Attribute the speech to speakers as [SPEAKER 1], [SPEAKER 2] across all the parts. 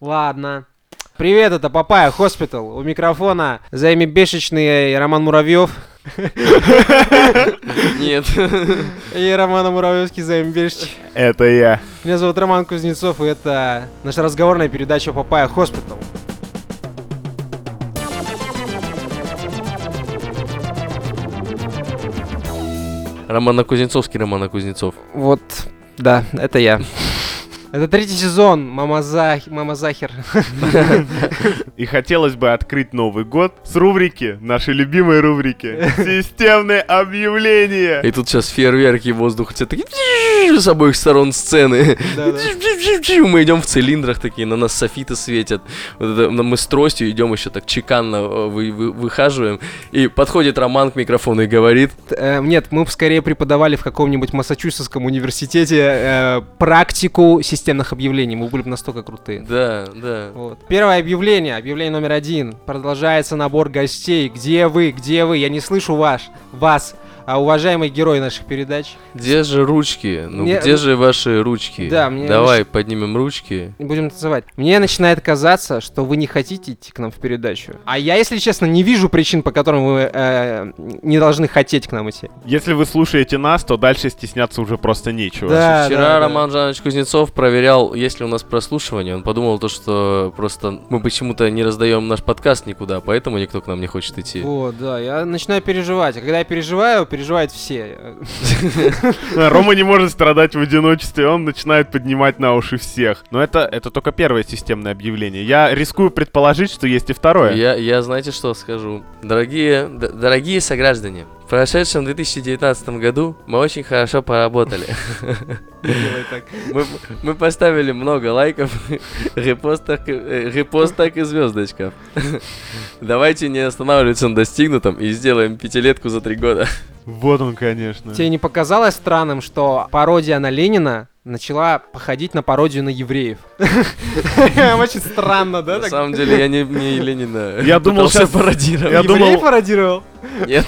[SPEAKER 1] Ладно. Привет, это Папая Хоспитал. У микрофона заимебешечный Роман Муравьев.
[SPEAKER 2] Нет.
[SPEAKER 1] И Романа Муравьевский заимбешечный.
[SPEAKER 3] Это я.
[SPEAKER 1] Меня зовут Роман Кузнецов, и это наша разговорная передача Папая Хоспитал.
[SPEAKER 2] Романа Кузнецовский, Романа Кузнецов.
[SPEAKER 1] Вот, да, это я. Это третий сезон, Мамазах... Мамазахер.
[SPEAKER 3] И хотелось бы открыть Новый год с рубрики, нашей любимой рубрики, системное объявление.
[SPEAKER 2] И тут сейчас фейерверки, воздух, все такие с обоих сторон сцены.
[SPEAKER 1] Да-да.
[SPEAKER 2] Мы идем в цилиндрах такие, на нас софиты светят. Вот это, на- мы с тростью идем еще так чеканно э, вы- вы- выхаживаем. И подходит Роман к микрофону и говорит,
[SPEAKER 1] Э, Нет, мы бы скорее преподавали в каком-нибудь Массачусетском университете э, практику системных объявлений. Мы были бы настолько крутые.
[SPEAKER 2] да, да.
[SPEAKER 1] Вот. Первое объявление, объявление номер один. Продолжается набор гостей. Где вы? Где вы? Я не слышу ваш, вас, а, уважаемые герои наших передач.
[SPEAKER 2] Где же ручки? Ну
[SPEAKER 1] Мне-
[SPEAKER 2] где же ваши ручки?
[SPEAKER 1] Да, мне-
[SPEAKER 2] Давай поднимем ручки.
[SPEAKER 1] Будем танцевать. Мне начинает казаться, что вы не хотите идти к нам в передачу. А я, если честно, не вижу причин, по которым вы э, не должны хотеть к нам идти.
[SPEAKER 3] Если вы слушаете нас, то дальше стесняться уже просто нечего.
[SPEAKER 1] Да,
[SPEAKER 2] Вчера
[SPEAKER 1] да, да.
[SPEAKER 2] Роман Жанович Кузнецов проверял, есть ли у нас прослушивание. Он подумал то, что просто мы почему-то не раздаем наш подкаст никуда, поэтому никто к нам не хочет идти.
[SPEAKER 1] О, да, я начинаю переживать. А когда я переживаю, переживают все.
[SPEAKER 3] Рома не может страдать в одиночестве, он начинает поднимать на уши всех. Но это, это только первое системное объявление. Я рискую предположить, что есть и второе.
[SPEAKER 2] Я, я знаете что скажу? Дорогие, д- дорогие сограждане, в прошедшем 2019 году мы очень хорошо поработали.
[SPEAKER 1] Делай так.
[SPEAKER 2] Мы, мы поставили много лайков, репостов, э, репосток и звездочков. Давайте не останавливаться на достигнутом и сделаем пятилетку за три года.
[SPEAKER 3] Вот он, конечно.
[SPEAKER 1] Тебе не показалось странным, что пародия на Ленина начала походить на пародию на евреев? Очень странно, да?
[SPEAKER 2] На самом деле я не, не Ленина.
[SPEAKER 3] Я думал,
[SPEAKER 2] пытался
[SPEAKER 3] щас-
[SPEAKER 2] пародировать.
[SPEAKER 3] я
[SPEAKER 1] Евреев
[SPEAKER 3] думал-
[SPEAKER 1] пародировал?
[SPEAKER 2] Нет.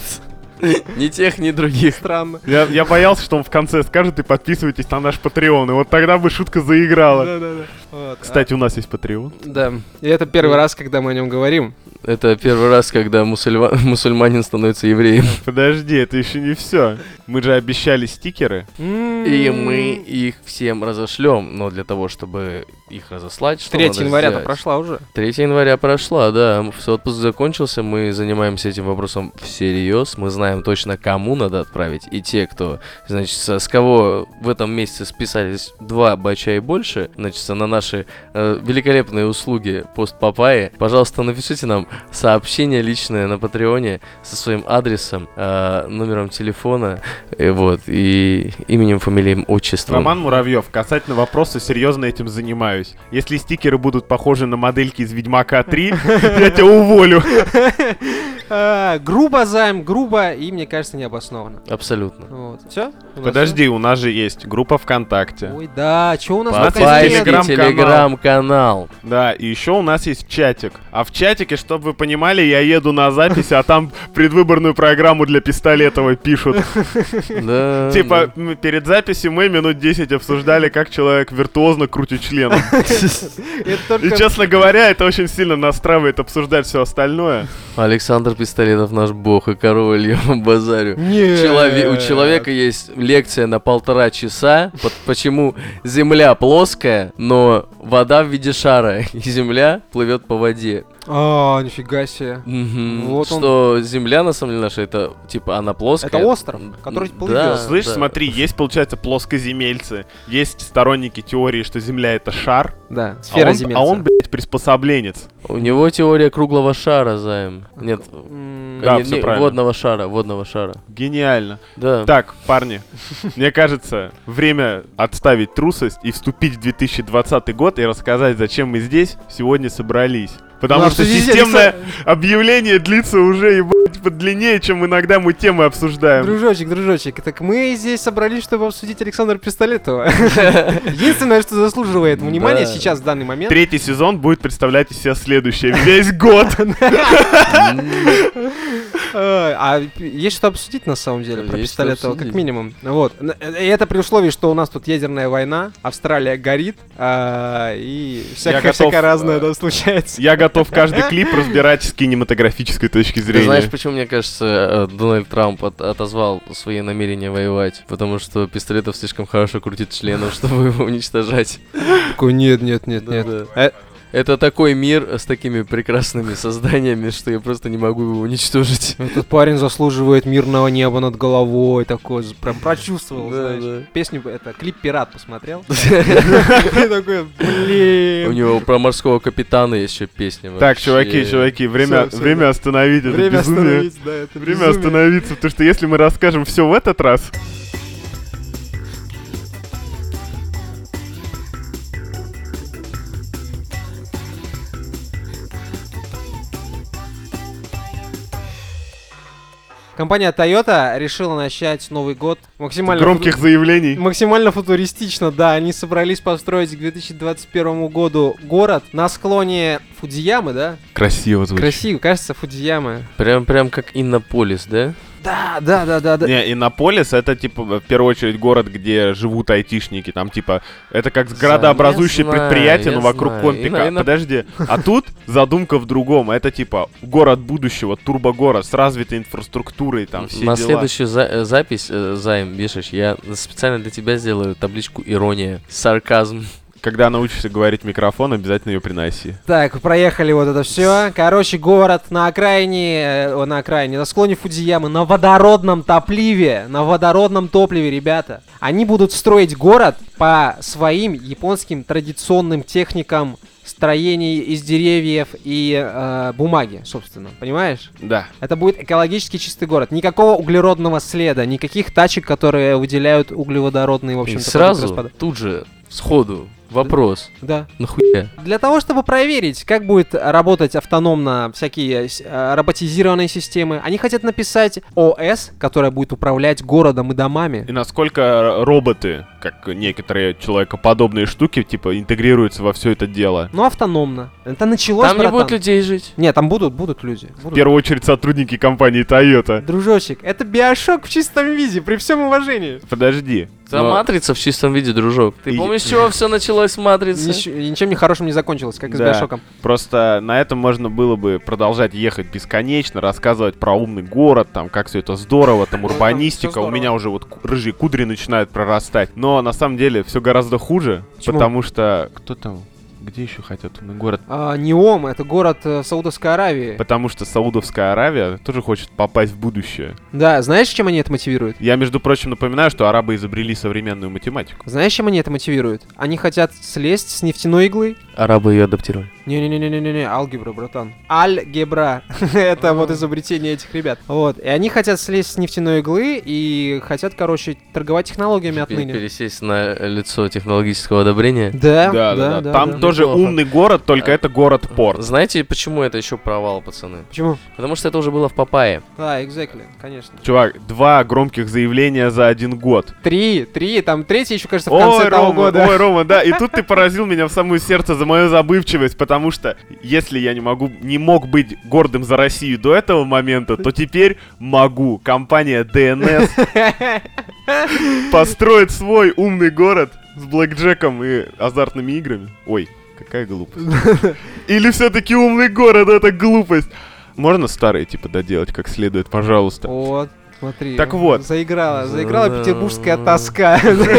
[SPEAKER 2] Ни тех, ни других.
[SPEAKER 1] Странно.
[SPEAKER 3] Я, я боялся, что он в конце скажет и подписывайтесь на наш Патреон. И вот тогда бы шутка заиграла.
[SPEAKER 1] Да-да-да. Вот, а-
[SPEAKER 3] Кстати, у нас есть Патреон.
[SPEAKER 1] Да. И это первый раз, когда мы о нем говорим.
[SPEAKER 2] Это первый раз, когда мусульма- мусульманин становится евреем.
[SPEAKER 3] Подожди, это еще не все. Мы же обещали стикеры.
[SPEAKER 1] М-м-м.
[SPEAKER 2] И мы их всем разошлем, но для того, чтобы их разослать, что
[SPEAKER 1] 3
[SPEAKER 2] надо
[SPEAKER 1] января-то
[SPEAKER 2] сделать?
[SPEAKER 1] прошла уже.
[SPEAKER 2] 3 января прошла, да. Все, отпуск закончился, мы занимаемся этим вопросом всерьез. Мы знаем точно, кому надо отправить. И те, кто, значит, со- с кого в этом месяце списались два бача и больше, значит, на наши э, великолепные услуги пост Папайи, пожалуйста, напишите нам сообщение личное на Патреоне со своим адресом, э, номером телефона, э, вот, и именем, фамилией, отчеством.
[SPEAKER 3] Роман Муравьев, касательно вопроса, серьезно этим занимаюсь. Если стикеры будут похожи на модельки из Ведьмака 3, я тебя уволю.
[SPEAKER 1] А, Грубо займ, грубо и, мне кажется, необоснованно.
[SPEAKER 2] Абсолютно.
[SPEAKER 1] Вот. Все?
[SPEAKER 3] Подожди, у нас же есть группа ВКонтакте.
[SPEAKER 1] Ой, да, что у нас
[SPEAKER 3] Папа,
[SPEAKER 1] пока
[SPEAKER 2] Папайский
[SPEAKER 1] нет?
[SPEAKER 3] телеграм- телеграм-канал.
[SPEAKER 2] телеграм-канал.
[SPEAKER 3] Да, и еще у нас есть чатик. А в чатике, чтобы вы понимали, я еду на запись, а там предвыборную программу для Пистолетова пишут.
[SPEAKER 2] Да,
[SPEAKER 3] Типа, м, перед записью мы минут 10 обсуждали, как человек виртуозно крутит членом.
[SPEAKER 1] Это
[SPEAKER 3] И,
[SPEAKER 1] только
[SPEAKER 3] честно говоря, это очень сильно настраивает обсуждать все остальное.
[SPEAKER 2] Александр Пистолетов наш бог и король, я вам базарю.
[SPEAKER 1] Нет.
[SPEAKER 2] Челове- у человека есть лекция на полтора часа, под- почему земля плоская, но вода в виде шара, и земля плывет по воде.
[SPEAKER 1] А, нифига себе.
[SPEAKER 2] Мгм.
[SPEAKER 1] Вот он.
[SPEAKER 2] Что земля, на самом деле, наша, это типа она плоская.
[SPEAKER 1] Это остров,
[SPEAKER 2] М,
[SPEAKER 1] который
[SPEAKER 2] да,
[SPEAKER 1] плывет.
[SPEAKER 3] Слышь,
[SPEAKER 2] А, да.
[SPEAKER 3] смотри, есть, получается, плоскоземельцы, есть сторонники теории, что Земля это шар,
[SPEAKER 1] Да,
[SPEAKER 3] а
[SPEAKER 1] сфера
[SPEAKER 3] он, а он, блядь, приспособленец.
[SPEAKER 2] У него теория круглого шара, Займ. Нет,
[SPEAKER 3] Да,
[SPEAKER 2] не-
[SPEAKER 3] всё
[SPEAKER 2] не-
[SPEAKER 3] правильно.
[SPEAKER 2] водного шара, водного шара.
[SPEAKER 3] Гениально.
[SPEAKER 2] Да.
[SPEAKER 3] Так, парни, мне кажется, время отставить трусость и вступить в 2020 год и рассказать, зачем мы здесь сегодня собрались. Потому что системное объявление длится уже, ебать, подлиннее, чем иногда мы темы обсуждаем.
[SPEAKER 1] Дружочек, дружочек, так мы здесь собрались, чтобы обсудить Александра Пистолетова. Единственное, что заслуживает внимания
[SPEAKER 2] Да.
[SPEAKER 1] сейчас, в данный момент...
[SPEAKER 3] Третий сезон будет представлять из себя следующее. Весь год.
[SPEAKER 1] Э, А есть что обсудить на самом деле про
[SPEAKER 2] Есть что
[SPEAKER 1] пистолет, как
[SPEAKER 2] обсудить.
[SPEAKER 1] минимум. Вот. Н- э, И это при условии, что у нас тут ядерная война, Австралия горит, а, и всякое,
[SPEAKER 3] готов,
[SPEAKER 1] всякое разное
[SPEAKER 3] э,
[SPEAKER 1] да, случается.
[SPEAKER 3] Я готов каждый клип разбирать с кинематографической точки
[SPEAKER 2] Ты знаешь,
[SPEAKER 3] зрения.
[SPEAKER 2] почему, мне кажется, э, Дональд Трамп от- отозвал свои намерения воевать? Потому что пистолетов слишком хорошо крутит членом, чтобы его уничтожать.
[SPEAKER 1] Такой, нет, нет, нет, нет.
[SPEAKER 2] Да-да.
[SPEAKER 1] Э,
[SPEAKER 2] Это такой мир с такими прекрасными созданиями, что я просто не могу его уничтожить.
[SPEAKER 1] Этот парень заслуживает мирного неба над головой, такой з- прям прочувствовал,
[SPEAKER 2] Да,
[SPEAKER 1] знаешь.
[SPEAKER 2] да.
[SPEAKER 1] Песню, это клип «Пират» посмотрел. И такой, блин.
[SPEAKER 2] У него про морского капитана есть еще песня.
[SPEAKER 3] Так,
[SPEAKER 2] вообще.
[SPEAKER 3] чуваки, чуваки, время,
[SPEAKER 1] Всё, всё,
[SPEAKER 3] время
[SPEAKER 1] да.
[SPEAKER 3] остановить это
[SPEAKER 1] Время
[SPEAKER 3] безумие.
[SPEAKER 1] остановить, да, это
[SPEAKER 3] Время
[SPEAKER 1] безумие.
[SPEAKER 3] остановиться, потому что если мы расскажем все в этот раз,
[SPEAKER 1] Компания Toyota решила начать Новый год максимально...
[SPEAKER 3] громких заявлений.
[SPEAKER 1] Максимально футуристично, да. Они собрались построить к 2021 году город на склоне Фудзиямы, да?
[SPEAKER 3] Красиво звучит.
[SPEAKER 1] Красиво, кажется, Фудзиямы.
[SPEAKER 2] Прям, прям как Иннополис, да?
[SPEAKER 1] Да, да, да, да, да.
[SPEAKER 3] Не, Иннополис это типа в первую очередь город, где живут айтишники. Там типа это как градообразующее
[SPEAKER 2] знаю,
[SPEAKER 3] предприятие, но
[SPEAKER 2] я
[SPEAKER 3] вокруг
[SPEAKER 2] знаю.
[SPEAKER 3] компика.
[SPEAKER 2] Ино- ино-
[SPEAKER 3] Подожди. А тут задумка в другом. Это типа город будущего, турбогород с развитой инфраструктурой, там все
[SPEAKER 2] На
[SPEAKER 3] дела.
[SPEAKER 2] следующую за- э, запись, э, Займ, вешаешь, я специально для тебя сделаю табличку ирония, сарказм.
[SPEAKER 3] Когда научишься говорить в микрофон, обязательно ее приноси.
[SPEAKER 1] Так, проехали вот это все. Короче, город на окраине, э, о, на окраине, на склоне Фудзиямы, на водородном топливе, на водородном топливе, ребята. Они будут строить город по своим японским традиционным техникам строений из деревьев и э, бумаги, собственно, понимаешь?
[SPEAKER 3] Да.
[SPEAKER 1] Это будет экологически чистый город. Никакого углеродного следа, никаких тачек, которые выделяют углеводородные, в
[SPEAKER 2] И
[SPEAKER 1] общем-то,
[SPEAKER 2] сразу,
[SPEAKER 1] продукты
[SPEAKER 2] тут же, сходу, вопрос.
[SPEAKER 1] распада. Да.
[SPEAKER 2] Нахуя?
[SPEAKER 1] Для того, чтобы проверить, как будет работать автономно всякие с- э, роботизированные системы, они хотят написать ОС, которая будет управлять городом и домами.
[SPEAKER 3] И насколько роботы, как некоторые человекоподобные штуки, типа интегрируются во все это дело.
[SPEAKER 1] Ну, автономно. Это началось,
[SPEAKER 2] Там не
[SPEAKER 1] братан.
[SPEAKER 2] будет людей жить.
[SPEAKER 1] Не, там будут, будут люди.
[SPEAKER 3] В
[SPEAKER 1] Будут.
[SPEAKER 3] первую очередь сотрудники компании Toyota.
[SPEAKER 1] Дружочек, это биошок в чистом виде, при всем уважении.
[SPEAKER 3] Подожди.
[SPEAKER 2] Там
[SPEAKER 3] но-
[SPEAKER 2] матрица в чистом виде, дружок. Ты
[SPEAKER 3] И-
[SPEAKER 2] помнишь, с чего все началось с матрицы?
[SPEAKER 1] Нич- ничем не хорошим не закончилось, как и с
[SPEAKER 3] Да.
[SPEAKER 1] биошоком.
[SPEAKER 3] Просто на этом можно было бы продолжать ехать бесконечно, рассказывать про умный город, там, как все это здорово, там,
[SPEAKER 1] Ну, там
[SPEAKER 3] урбанистика.
[SPEAKER 1] всё здорово.
[SPEAKER 3] У меня уже вот ку- рыжие кудри начинают прорастать. Но на самом деле все гораздо хуже,
[SPEAKER 1] Почему?
[SPEAKER 3] потому что... Кто там? Где еще хотят умный город?
[SPEAKER 1] А, Неом это город э, в Саудовской Аравии.
[SPEAKER 3] Потому что Саудовская Аравия тоже хочет попасть в будущее.
[SPEAKER 1] Да, знаешь, чем они это мотивируют?
[SPEAKER 3] Я, между прочим, напоминаю, что арабы изобрели современную математику.
[SPEAKER 1] Знаешь, чем они это мотивируют? Они хотят слезть с нефтяной иглы
[SPEAKER 2] Арабы ее адаптировали.
[SPEAKER 1] Не-не-не-не-не, алгебра, братан. Альгебра. Это вот изобретение этих ребят. Вот. И они хотят слезть с нефтяной иглы и хотят, короче, торговать технологиями отныне.
[SPEAKER 2] Пересесть на лицо технологического одобрения.
[SPEAKER 1] Да, да, да.
[SPEAKER 3] Там
[SPEAKER 1] да.
[SPEAKER 3] тоже
[SPEAKER 2] Неплохо.
[SPEAKER 3] умный город, только
[SPEAKER 2] А.
[SPEAKER 3] это город-порт.
[SPEAKER 2] Знаете, почему это еще провал, пацаны?
[SPEAKER 1] Почему?
[SPEAKER 2] Потому что это уже было в Папае.
[SPEAKER 1] Да, exactly, конечно.
[SPEAKER 3] Чувак, два громких заявления за один год.
[SPEAKER 1] Три, три, там третий еще, кажется, в
[SPEAKER 3] Ой,
[SPEAKER 1] конце того
[SPEAKER 3] Рома,
[SPEAKER 1] года.
[SPEAKER 3] ой, Рома, да, и тут ты поразил меня в самое сердце за мою забывчивость, потому что если я не могу, не мог быть гордым за Россию до этого момента, то теперь могу. Компания ДНС построит свой умный город с блэкджеком и азартными играми. Ой, какая глупость. Или все-таки умный город это глупость? Можно старые типа доделать как следует, пожалуйста.
[SPEAKER 1] Вот, смотри.
[SPEAKER 3] Так вот.
[SPEAKER 1] Заиграла, заиграла
[SPEAKER 2] Да.
[SPEAKER 1] петербургская тоска.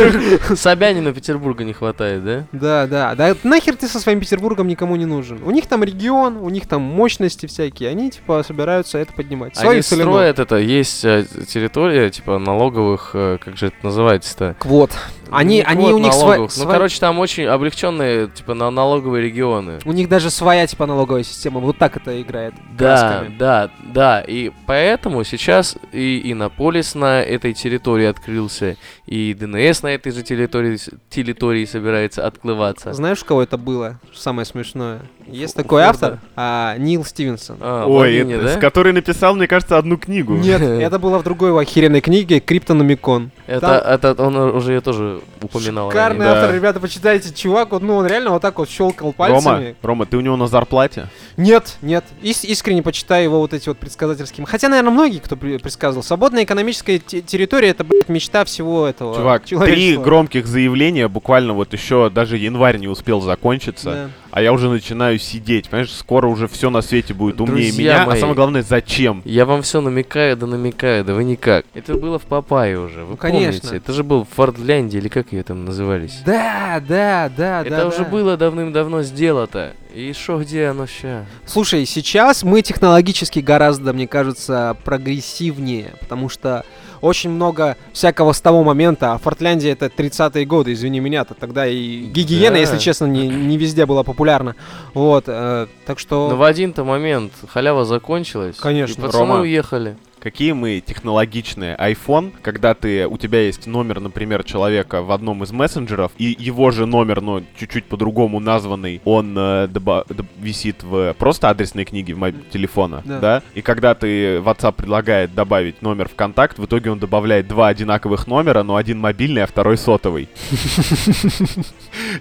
[SPEAKER 2] Собянина Петербурга не хватает, да?
[SPEAKER 1] Да, да. Да нахер ты со своим Петербургом никому не нужен. У них там регион, у них там мощности всякие. Они, типа, собираются это поднимать.
[SPEAKER 2] Они
[SPEAKER 1] Своих соляных.
[SPEAKER 2] строят это, есть э, территория, типа, налоговых, э, как же это называется-то?
[SPEAKER 1] Квот. Они-
[SPEAKER 2] Не
[SPEAKER 1] они
[SPEAKER 2] квот
[SPEAKER 1] у них сва-
[SPEAKER 2] налоговых. Ну,
[SPEAKER 1] сва-
[SPEAKER 2] короче, там очень облегченные, типа, на налоговые регионы.
[SPEAKER 1] У них даже своя типа налоговая система. Вот так это играет.
[SPEAKER 2] Да,
[SPEAKER 1] красками.
[SPEAKER 2] да, да. И поэтому сейчас и Иннополис на этой территории открылся, и ДНС на этой же территории, с- территории собирается отклываться.
[SPEAKER 1] Знаешь, у кого это было? Самое смешное. Есть
[SPEAKER 2] У
[SPEAKER 1] такой
[SPEAKER 2] Форда?
[SPEAKER 1] автор, а, Нил Стивенсон.
[SPEAKER 2] А,
[SPEAKER 3] Ой,
[SPEAKER 2] Владимир,
[SPEAKER 3] это-
[SPEAKER 2] да?
[SPEAKER 3] с который написал, мне кажется, одну книгу.
[SPEAKER 1] Нет, это было в другой его охеренной книге Криптономикон.
[SPEAKER 2] Это, это он уже ее тоже упоминал.
[SPEAKER 1] Шикарный
[SPEAKER 2] ранее.
[SPEAKER 3] Да.
[SPEAKER 1] автор, ребята, почитайте. Чувак, вот, ну он реально вот так вот щелкал
[SPEAKER 3] Рома,
[SPEAKER 1] пальцами.
[SPEAKER 3] Рома, ты у него на зарплате?
[SPEAKER 1] Нет, нет. Ис- искренне почитаю его вот эти вот предсказательские. Хотя, наверное, многие, кто при- предсказывал. Свободная экономическая те- территория это, блядь, мечта всего этого.
[SPEAKER 3] Чувак, три
[SPEAKER 1] человечества.
[SPEAKER 3] громких заявления, буквально вот еще даже январь не успел закончиться,
[SPEAKER 1] Да.
[SPEAKER 3] а я уже начинаю сидеть. Понимаешь, скоро уже все на свете будет умнее
[SPEAKER 2] Друзья
[SPEAKER 3] меня, а
[SPEAKER 2] мои.
[SPEAKER 3] самое главное, зачем?
[SPEAKER 2] Я вам все намекаю, да намекаю, да вы никак. Это было в Папайе уже, вы
[SPEAKER 1] Ну, конечно.
[SPEAKER 2] помните? Это же был в Фортляндии, или как ее там назывались?
[SPEAKER 1] Да, да, да,
[SPEAKER 2] это
[SPEAKER 1] да.
[SPEAKER 2] уже
[SPEAKER 1] да.
[SPEAKER 2] было давным-давно сделано-то. И шо, где оно ща?
[SPEAKER 1] Слушай, сейчас мы технологически гораздо, мне кажется, прогрессивнее, потому что очень много всякого с того момента, а Фортляндия это 30-е годы, извини меня, -то, тогда и гигиена,
[SPEAKER 2] Да.
[SPEAKER 1] если честно, не, не везде была популярна. Вот, э, так что...
[SPEAKER 2] Но в один-то момент халява закончилась.
[SPEAKER 1] Конечно.
[SPEAKER 2] и пацаны
[SPEAKER 3] Рома.
[SPEAKER 2] уехали.
[SPEAKER 3] Какие мы технологичные. iPhone, когда ты, у тебя есть номер, например, человека в одном из мессенджеров, и его же номер, но чуть-чуть по-другому названный, он э, доба- доб- висит в просто адресной книге в моб- телефона,
[SPEAKER 1] Да.
[SPEAKER 3] да. И когда ты WhatsApp предлагает добавить номер в контакт, в итоге он добавляет два одинаковых номера, но один мобильный, а второй сотовый.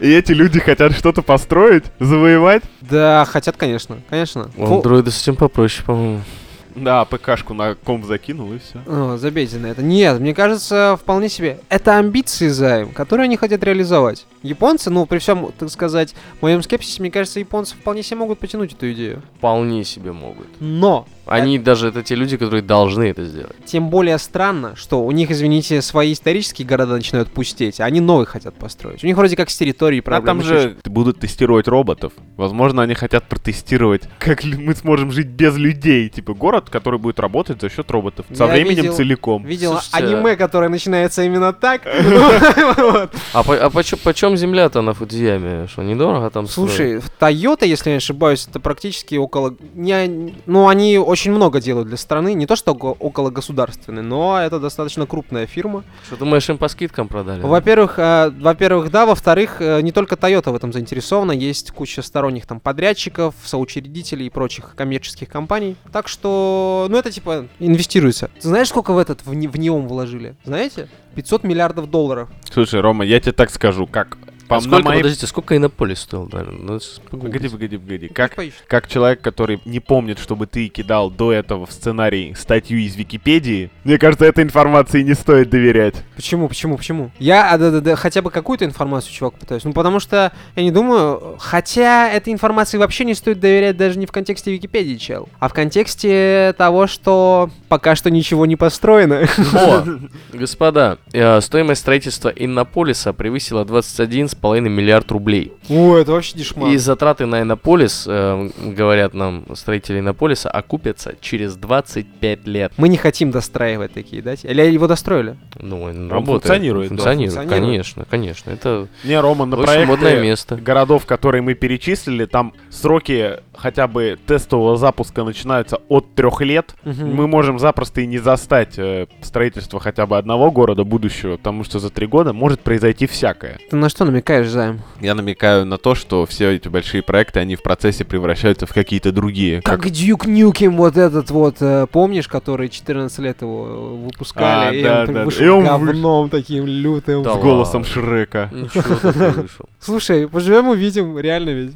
[SPEAKER 3] И эти люди хотят что-то построить, завоевать.
[SPEAKER 1] Да, хотят, конечно, конечно.
[SPEAKER 2] У
[SPEAKER 1] Фу-
[SPEAKER 2] андроида с этим попроще, по-моему.
[SPEAKER 3] Да, ПКшку на комп закинул и все.
[SPEAKER 1] О, забейте на это. Нет, мне кажется, вполне себе. Это амбиции займ, которые они хотят реализовать. Японцы, ну, при всем, так сказать, моем скепсисе, мне кажется, японцы вполне себе могут потянуть эту идею.
[SPEAKER 2] Вполне себе могут.
[SPEAKER 1] Но
[SPEAKER 2] Они даже, это те люди, которые должны это сделать.
[SPEAKER 1] тем более странно, что у них, извините, свои исторические города начинают пустеть, а они новые хотят построить. У них вроде как с территории
[SPEAKER 3] А
[SPEAKER 1] проблемы.
[SPEAKER 3] там же будут тестировать роботов. Возможно, они хотят протестировать, как лю- мы сможем жить без людей. Типа город, который будет работать за счет роботов. Со
[SPEAKER 1] Я
[SPEAKER 3] временем
[SPEAKER 1] видел-
[SPEAKER 3] целиком.
[SPEAKER 1] Видел
[SPEAKER 2] Слушайте,
[SPEAKER 1] аниме,
[SPEAKER 3] а-
[SPEAKER 1] которое начинается именно так. Ну, Вот.
[SPEAKER 2] А, по, а почем, почем земля-то на Фудзияме? Что, недорого
[SPEAKER 3] Ну,
[SPEAKER 2] там стоит?
[SPEAKER 1] Слушай, в Toyota, если я не ошибаюсь, это практически около... не- Ну, они очень много делают для страны. Не то, что го- около государственной, но это достаточно крупная фирма.
[SPEAKER 2] Что, думаешь, им по скидкам продали?
[SPEAKER 1] Во-первых, э, во-первых, да, во-вторых, э, не только Toyota в этом заинтересована, есть куча сторонних там подрядчиков, соучредителей и прочих коммерческих компаний. Так что, ну это типа инвестируется. Ты знаешь, сколько в этот в, Ни- в Неон вложили? Знаете? 500 миллиардов долларов.
[SPEAKER 3] Слушай, Рома, я тебе так скажу, как...
[SPEAKER 2] А
[SPEAKER 3] по-
[SPEAKER 2] сколько,
[SPEAKER 3] на моей-
[SPEAKER 2] подождите, сколько Иннополис стоил, наверное? Надо сейчас погуглить.
[SPEAKER 3] Погоди, погоди, погоди. Как,
[SPEAKER 1] Поищи.
[SPEAKER 3] как человек, который не помнит, чтобы ты кидал до этого в сценарий статью из Википедии, мне кажется, этой информации не стоит доверять.
[SPEAKER 1] Почему, почему, почему? Я а, да, да, да, хотя бы какую-то информацию, чувак, пытаюсь. Ну, потому что я не думаю... Хотя этой информации вообще не стоит доверять даже не в контексте Википедии, чел, а в контексте того, что пока что ничего не построено.
[SPEAKER 2] О, господа, э, стоимость строительства Иннополиса превысила 21,5 миллиард рублей.
[SPEAKER 1] О, это вообще дешман.
[SPEAKER 2] И затраты на Иннополис, э, говорят нам строители Иннополиса, окупятся через 25 лет.
[SPEAKER 1] Мы не хотим достраивать такие, да? Или его достроили?
[SPEAKER 2] Ну, он
[SPEAKER 3] Он
[SPEAKER 2] работает.
[SPEAKER 3] функционирует, да.
[SPEAKER 2] Функционирует,
[SPEAKER 1] Функционирует.
[SPEAKER 2] конечно, конечно. Это
[SPEAKER 3] Не, Рома, на
[SPEAKER 2] очень модное
[SPEAKER 3] проекте
[SPEAKER 2] место.
[SPEAKER 3] городов, которые мы перечислили, там сроки хотя бы тестового запуска начинаются от трех лет, Мы можем запросто и не застать э, строительство хотя бы одного города будущего, потому что за три года может произойти всякое.
[SPEAKER 1] Ты на что намекаешь, Займ?
[SPEAKER 3] Я намекаю на то, что все эти большие проекты, они в процессе превращаются в какие-то другие.
[SPEAKER 1] Как Дюк Нюким вот этот вот, э, помнишь, который 14 лет его э, выпускали,
[SPEAKER 3] А,
[SPEAKER 1] и
[SPEAKER 3] да,
[SPEAKER 1] он
[SPEAKER 3] да,
[SPEAKER 1] вышел
[SPEAKER 3] да. И он
[SPEAKER 1] говном таким лютым.
[SPEAKER 2] Да
[SPEAKER 3] С голосом
[SPEAKER 2] ладно.
[SPEAKER 3] Шрека.
[SPEAKER 2] Ничего такой вышел.
[SPEAKER 1] Слушай, поживем увидим, реально ведь.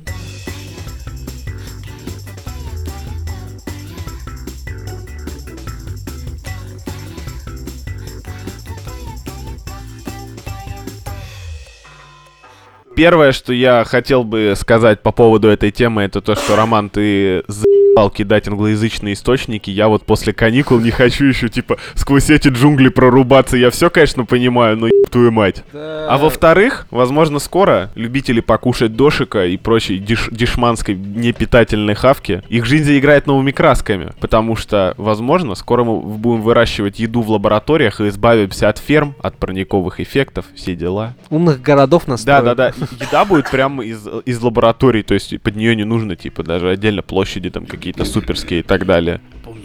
[SPEAKER 3] Первое, что я хотел бы сказать по поводу этой темы, это то, что, Роман, ты за***л кидать англоязычные источники. Я вот после каникул не хочу еще, типа, сквозь эти джунгли прорубаться. Я все, конечно, понимаю, но еб твою мать. А во-вторых, возможно, скоро любители покушать дошика и прочей деш- дешманской непитательной хавки, их жизнь заиграет новыми красками, потому что, возможно, скоро мы в- будем выращивать еду в лабораториях и избавимся от ферм, от парниковых эффектов, все дела.
[SPEAKER 1] умных городов нас.
[SPEAKER 3] Да-да-да, и- еда будет прямо из, из лабораторий, то есть под нее не нужно, типа, даже отдельно площади там какие-то суперские и так далее.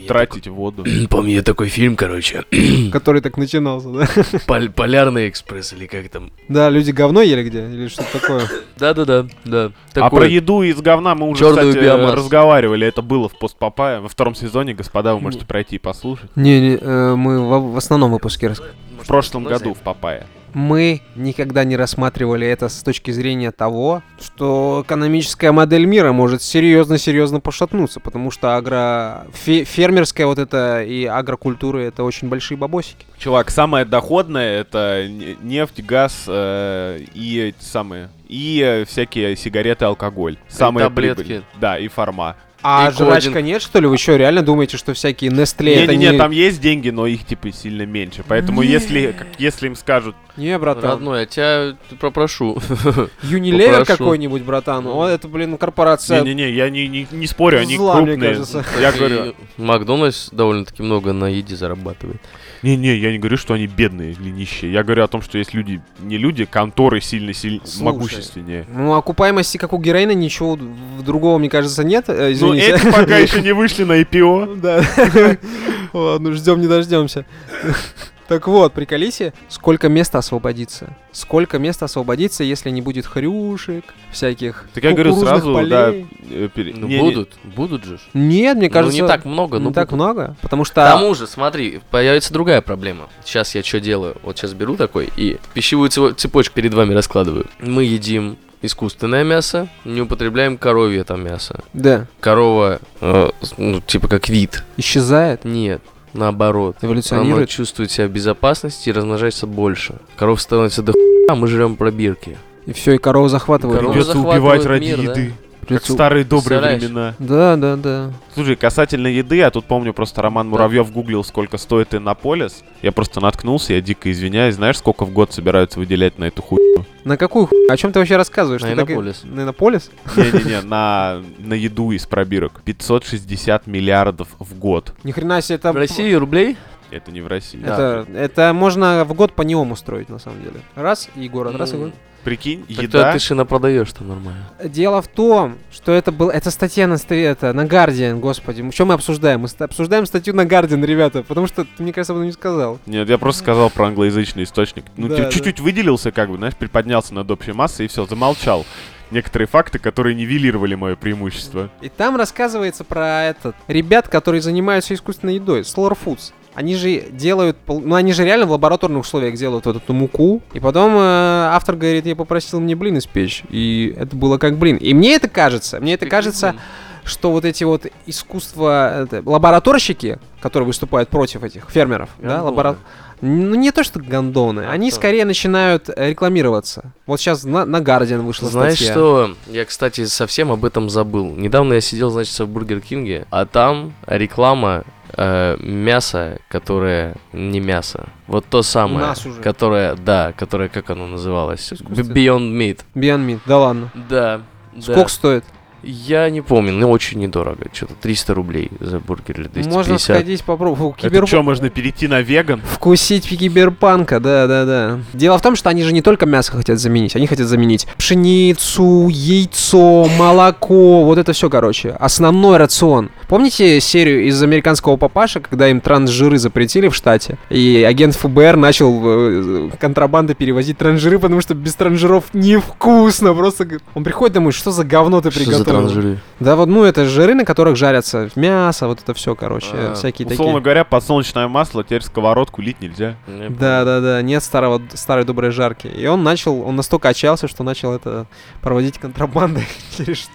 [SPEAKER 3] Тратить воду.
[SPEAKER 2] Помню я такой фильм, короче,
[SPEAKER 1] Который так начинался, да?
[SPEAKER 2] Пол- Полярный экспресс или как там.
[SPEAKER 1] Да, люди говно ели где? Или что-то такое?
[SPEAKER 2] Да-да-да, да.
[SPEAKER 3] А про
[SPEAKER 2] Такой.
[SPEAKER 3] еду из говна мы уже,
[SPEAKER 2] Чёрную
[SPEAKER 3] кстати,
[SPEAKER 2] биомассу.
[SPEAKER 3] разговаривали. Это было в постпапае. Во втором сезоне, господа, вы можете пройти и послушать.
[SPEAKER 1] Не, не, э, мы в в основном выпуске расскажем.
[SPEAKER 3] В прошлом году в Папае.
[SPEAKER 1] мы никогда не рассматривали это с точки зрения того, что экономическая модель мира может серьезно-серьезно пошатнуться, потому что агро... фе- фермерская вот это и агрокультура — это очень большие бабосики.
[SPEAKER 3] Чувак, самое доходное это не- нефть, газ э, и эти самые и э, всякие сигареты, алкоголь. Самые
[SPEAKER 2] таблетки.
[SPEAKER 3] прибыльные. Да, и форма.
[SPEAKER 1] А
[SPEAKER 2] И
[SPEAKER 1] жрачка
[SPEAKER 2] кодинг.
[SPEAKER 1] нет, что ли? Вы что, реально думаете, что всякие Nestle это
[SPEAKER 3] Не, не,
[SPEAKER 1] не...
[SPEAKER 3] не, там есть деньги, но их типа сильно меньше. Поэтому если как- если им скажут,
[SPEAKER 1] Не, братан.
[SPEAKER 2] Родной, я тебя попрошу.
[SPEAKER 1] Unilever
[SPEAKER 2] Попрошу. Ну.
[SPEAKER 1] какой-нибудь, братан. О, это, блин, корпорация.
[SPEAKER 3] не, не, не, я не не, не спорю, они
[SPEAKER 1] Зла, мне
[SPEAKER 3] крупные.
[SPEAKER 1] кажется.
[SPEAKER 3] Я
[SPEAKER 2] И
[SPEAKER 3] говорю,
[SPEAKER 2] Макдональдс довольно-таки много на еде зарабатывает.
[SPEAKER 3] не, не, я не говорю, что они бедные или нищие. Я говорю о том, что есть люди, не люди, конторы сильно, сильно
[SPEAKER 1] Слушай,
[SPEAKER 3] могущественнее.
[SPEAKER 1] Ну, окупаемости, как у героина, ничего д- другого, мне кажется, нет. Э, Извините.
[SPEAKER 3] Ну, эти пока еще не вышли на IPO.
[SPEAKER 1] Ну Да. Ладно, ждем, не дождемся. Так вот, приколись, сколько места освободится. Сколько места освободится, если не будет хрюшек, всяких
[SPEAKER 3] Так я говорю
[SPEAKER 1] кукурузных
[SPEAKER 3] сразу, да.
[SPEAKER 1] полей.
[SPEAKER 3] э, пере-
[SPEAKER 2] Ну,
[SPEAKER 3] не, не,
[SPEAKER 2] будут, будут же. ж.
[SPEAKER 1] Нет, мне кажется...
[SPEAKER 2] ну, не так много,
[SPEAKER 1] не
[SPEAKER 2] но
[SPEAKER 1] так
[SPEAKER 2] будут.
[SPEAKER 1] много, потому
[SPEAKER 2] К
[SPEAKER 1] что...
[SPEAKER 2] тому же, смотри, появится другая проблема. Сейчас я что делаю? Вот сейчас беру такой и пищевую цево- цепочку перед вами раскладываю. Мы едим искусственное мясо, не употребляем коровье там мясо.
[SPEAKER 1] Да,
[SPEAKER 2] Корова, э, с- ну, типа как вид.
[SPEAKER 1] исчезает,
[SPEAKER 2] Нет, наоборот. Оно
[SPEAKER 1] эволюционирует.
[SPEAKER 2] чувствует себя в безопасности и размножается больше. Коров становится до хуя, а мы жрем пробирки.
[SPEAKER 1] И все, и корову захватывают.
[SPEAKER 2] Корову
[SPEAKER 3] Придется
[SPEAKER 2] захватывают
[SPEAKER 3] убивать ради
[SPEAKER 2] мир, да?
[SPEAKER 3] еды. Как
[SPEAKER 1] Придется-
[SPEAKER 3] в старые добрые
[SPEAKER 2] Представляешь?
[SPEAKER 3] времена.
[SPEAKER 1] Да, да, да.
[SPEAKER 3] Слушай, касательно еды, я тут помню, просто Роман Муравьев гуглил, сколько стоит Иннополис. Я просто наткнулся, я дико извиняюсь. Знаешь, сколько в год собираются выделять на эту хуйню?
[SPEAKER 1] На какую ху... О чем ты вообще рассказываешь?
[SPEAKER 2] На
[SPEAKER 1] Ты так и-
[SPEAKER 2] Иннополис.
[SPEAKER 1] На Иннополис?
[SPEAKER 3] Не-не-не, на, на еду из пробирок. 560 миллиардов в год.
[SPEAKER 1] Ни хрена себе, это...
[SPEAKER 2] В России рублей?
[SPEAKER 3] Это не в России.
[SPEAKER 1] Это, это можно в год по неому устроить, на самом деле. Раз и город,
[SPEAKER 2] Ну,
[SPEAKER 1] раз и город.
[SPEAKER 3] Прикинь,
[SPEAKER 2] Еда?
[SPEAKER 3] еда...
[SPEAKER 2] ты шина продаешь там нормально.
[SPEAKER 1] Дело в том, что это был... Это статья на, ст- это, на Guardian, господи. Что мы обсуждаем? Мы ст- обсуждаем статью на Guardian, ребята, потому что ты, мне кажется, об этом не сказал.
[SPEAKER 3] Нет, я просто сказал про англоязычный источник. Ну,
[SPEAKER 1] Да,
[SPEAKER 3] типа,
[SPEAKER 1] да.
[SPEAKER 3] чуть-чуть выделился, как бы, знаешь, приподнялся над общей массой и все, замолчал. Некоторые факты, которые нивелировали мое преимущество.
[SPEAKER 1] И там рассказывается про этот... Ребят, которые занимаются искусственной едой, Slaughter Foods. Они же делают... пол- Ну, они же реально в лабораторных условиях делают вот эту муку. И потом э, автор говорит, я попросил мне блин испечь. И это было как блин. И мне это кажется, мне это кажется... что вот эти вот искусства, это, лабораторщики, которые выступают против этих фермеров, да,
[SPEAKER 2] Гандоны.
[SPEAKER 1] лабора- Ну, не то, что гондоны,
[SPEAKER 2] А
[SPEAKER 1] они
[SPEAKER 2] кто?
[SPEAKER 1] скорее начинают э, рекламироваться. Вот сейчас на, на Guardian вышла
[SPEAKER 2] Знаешь
[SPEAKER 1] статья.
[SPEAKER 2] что? Я, кстати, совсем об этом забыл. Недавно я сидел, значит, в Бургер Кинге, а там реклама э, мяса, которое не мясо. Вот то самое.
[SPEAKER 1] нас уже.
[SPEAKER 2] Которое, да, которое, как оно называлось?
[SPEAKER 1] Искусственное.
[SPEAKER 2] Beyond Meat.
[SPEAKER 1] Beyond Meat, да ладно.
[SPEAKER 2] Да.
[SPEAKER 1] Сколько стоит?
[SPEAKER 2] Я не помню, но очень недорого. Что-то 300 рублей за бургер или 250.
[SPEAKER 1] Можно сходить попробовать.
[SPEAKER 3] Это чё, можно перейти на веган?
[SPEAKER 1] Вкусить киберпанка, да-да-да. Дело в том, что они же не только мясо хотят заменить, они хотят заменить пшеницу, яйцо, молоко, вот это все, короче. Основной рацион. Помните серию из «Американского папаша», когда им трансжиры запретили в штате? И агент ФБР начал э, контрабанды перевозить трансжиры, потому что без трансжиров невкусно. Просто г- он приходит домой, что за говно ты
[SPEAKER 2] Что за
[SPEAKER 1] приготовил?
[SPEAKER 2] транжиры?
[SPEAKER 1] Да вот, ну это жиры, на которых жарятся мясо, вот это все, короче,
[SPEAKER 2] А,
[SPEAKER 1] всякие такие.
[SPEAKER 3] Условно говоря, подсолнечное масло теперь в сковородку лить нельзя.
[SPEAKER 2] Не
[SPEAKER 1] Да, да, да, нет старого, старой доброй жарки. И он начал, он настолько очался, что начал это проводить контрабандой через ш-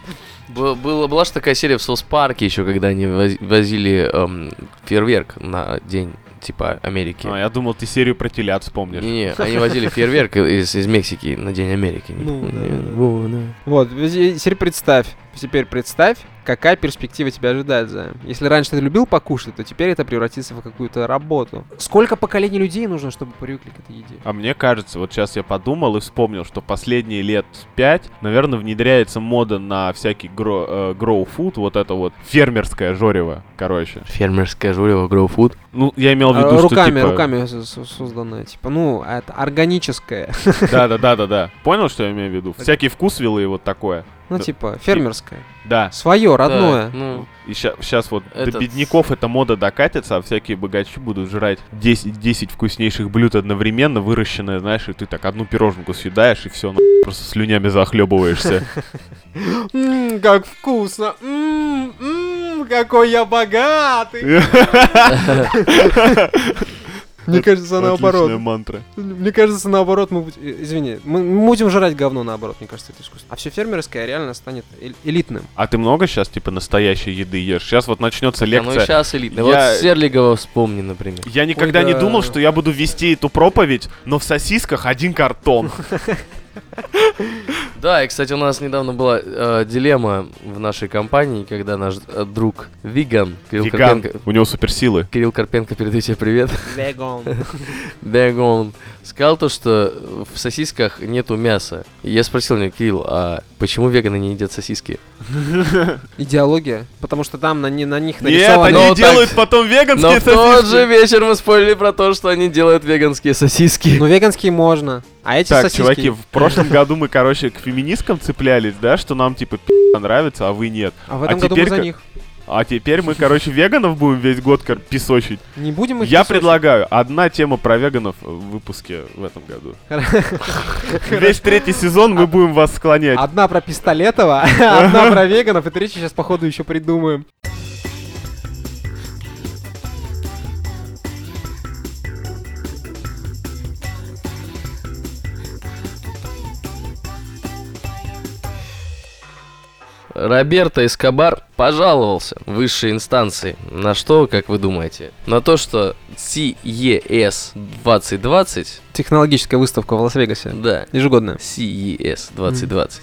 [SPEAKER 2] Б- было, была же такая серия в Соус Парке еще, когда они воз- возили эм, фейерверк на день типа Америки.
[SPEAKER 3] А, я думал, ты серию про телят вспомнишь.
[SPEAKER 2] Не-не, они возили фейерверк из, из Мексики на День Америки.
[SPEAKER 1] Ну, да, да.
[SPEAKER 2] Во, да.
[SPEAKER 1] Вот, и теперь представь, теперь представь, какая перспектива тебя ожидает за. Если раньше ты любил покушать, то теперь это превратится в какую-то работу. Сколько поколений людей нужно, чтобы привыкли к этой еде?
[SPEAKER 3] А мне кажется, вот сейчас я подумал и вспомнил, что последние лет пять, наверное, внедряется мода на всякий гро, э, grow food, вот это вот фермерское жорево, короче.
[SPEAKER 2] Фермерское жюрево Гроуфуд.
[SPEAKER 3] Ну, я имел в виду,
[SPEAKER 1] А,
[SPEAKER 3] что
[SPEAKER 1] руками,
[SPEAKER 3] типа-
[SPEAKER 1] руками с- с- созданное, типа, ну, а это органическое,
[SPEAKER 3] Да, да, да, да, да. Понял, что я имею в виду? Всякий вкус вилы и вот такое.
[SPEAKER 1] ну,
[SPEAKER 3] Да.
[SPEAKER 1] типа, фермерское,
[SPEAKER 3] Да.
[SPEAKER 1] свое, родное.
[SPEAKER 2] ну,
[SPEAKER 3] И сейчас вот до
[SPEAKER 2] Этот-
[SPEAKER 3] бедняков эта мода докатится, а всякие богачи будут жрать 10, 10 вкуснейших блюд одновременно, выращенное, знаешь, и ты так одну пироженку съедаешь, и все, просто слюнями захлебываешься.
[SPEAKER 1] Ммм, как вкусно! Ммм, какой я богатый! Мне кажется, наоборот.
[SPEAKER 3] Отличная мантра.
[SPEAKER 1] Мне кажется, наоборот, мы... будь- э, Извини, мы мы будем жрать говно наоборот, мне кажется, это искусство. А все фермерское реально станет э- элитным.
[SPEAKER 3] А ты много сейчас, типа, настоящей еды ешь? Сейчас вот начнется
[SPEAKER 2] Ну и
[SPEAKER 3] лекция.
[SPEAKER 2] сейчас элитно.
[SPEAKER 3] Я-
[SPEAKER 2] Вот Серлигова вспомни, например.
[SPEAKER 3] Я никогда
[SPEAKER 1] Ой,
[SPEAKER 3] не
[SPEAKER 1] да.
[SPEAKER 3] думал, что я буду вести эту проповедь, но в сосисках один картон.
[SPEAKER 2] Да, и, кстати, у нас недавно была э, дилемма в нашей компании, когда наш э, друг Виган, Кирилл
[SPEAKER 3] Гигант.
[SPEAKER 2] Карпенко...
[SPEAKER 3] У него суперсилы.
[SPEAKER 2] Кирилл Карпенко, передаю тебе привет. Бегом. Сказал то, что в сосисках нету мяса. И я спросил у него, Кирилл, а почему веганы не едят сосиски?
[SPEAKER 1] Идеология. Потому что там на, ни- на них
[SPEAKER 3] Нет,
[SPEAKER 1] нарисовано...
[SPEAKER 2] Но
[SPEAKER 3] они
[SPEAKER 2] так-
[SPEAKER 3] делают потом
[SPEAKER 2] Но
[SPEAKER 3] веганские
[SPEAKER 2] в тот же
[SPEAKER 3] сосиски.
[SPEAKER 2] вечер мы спорили про то, что они делают веганские сосиски.
[SPEAKER 1] Ну, веганские можно. А эти
[SPEAKER 3] Так,
[SPEAKER 1] сосиски...
[SPEAKER 3] чуваки, в прошлом году мы, короче, к феминисткам цеплялись, да, что нам, типа, пи***ка нравится, а вы нет.
[SPEAKER 1] А в этом
[SPEAKER 3] а
[SPEAKER 1] году мы
[SPEAKER 3] теперь
[SPEAKER 1] за
[SPEAKER 3] как-
[SPEAKER 1] них.
[SPEAKER 3] А теперь мы, короче, веганов будем весь год кор- песочить.
[SPEAKER 1] Не будем их...
[SPEAKER 3] Я
[SPEAKER 1] песочить.
[SPEAKER 3] предлагаю одна тема про веганов в выпуске в этом году. Весь третий сезон мы будем вас склонять.
[SPEAKER 1] Одна про Пистолетова, одна про веганов, и третью сейчас, походу, еще придумаем.
[SPEAKER 2] Роберто Эскобар пожаловался в высшей инстанции. На что, как вы думаете? На то, что CES 2020,
[SPEAKER 1] Технологическая выставка в Лас-Вегасе.
[SPEAKER 2] да,
[SPEAKER 1] Ежегодная.
[SPEAKER 2] CES 2020,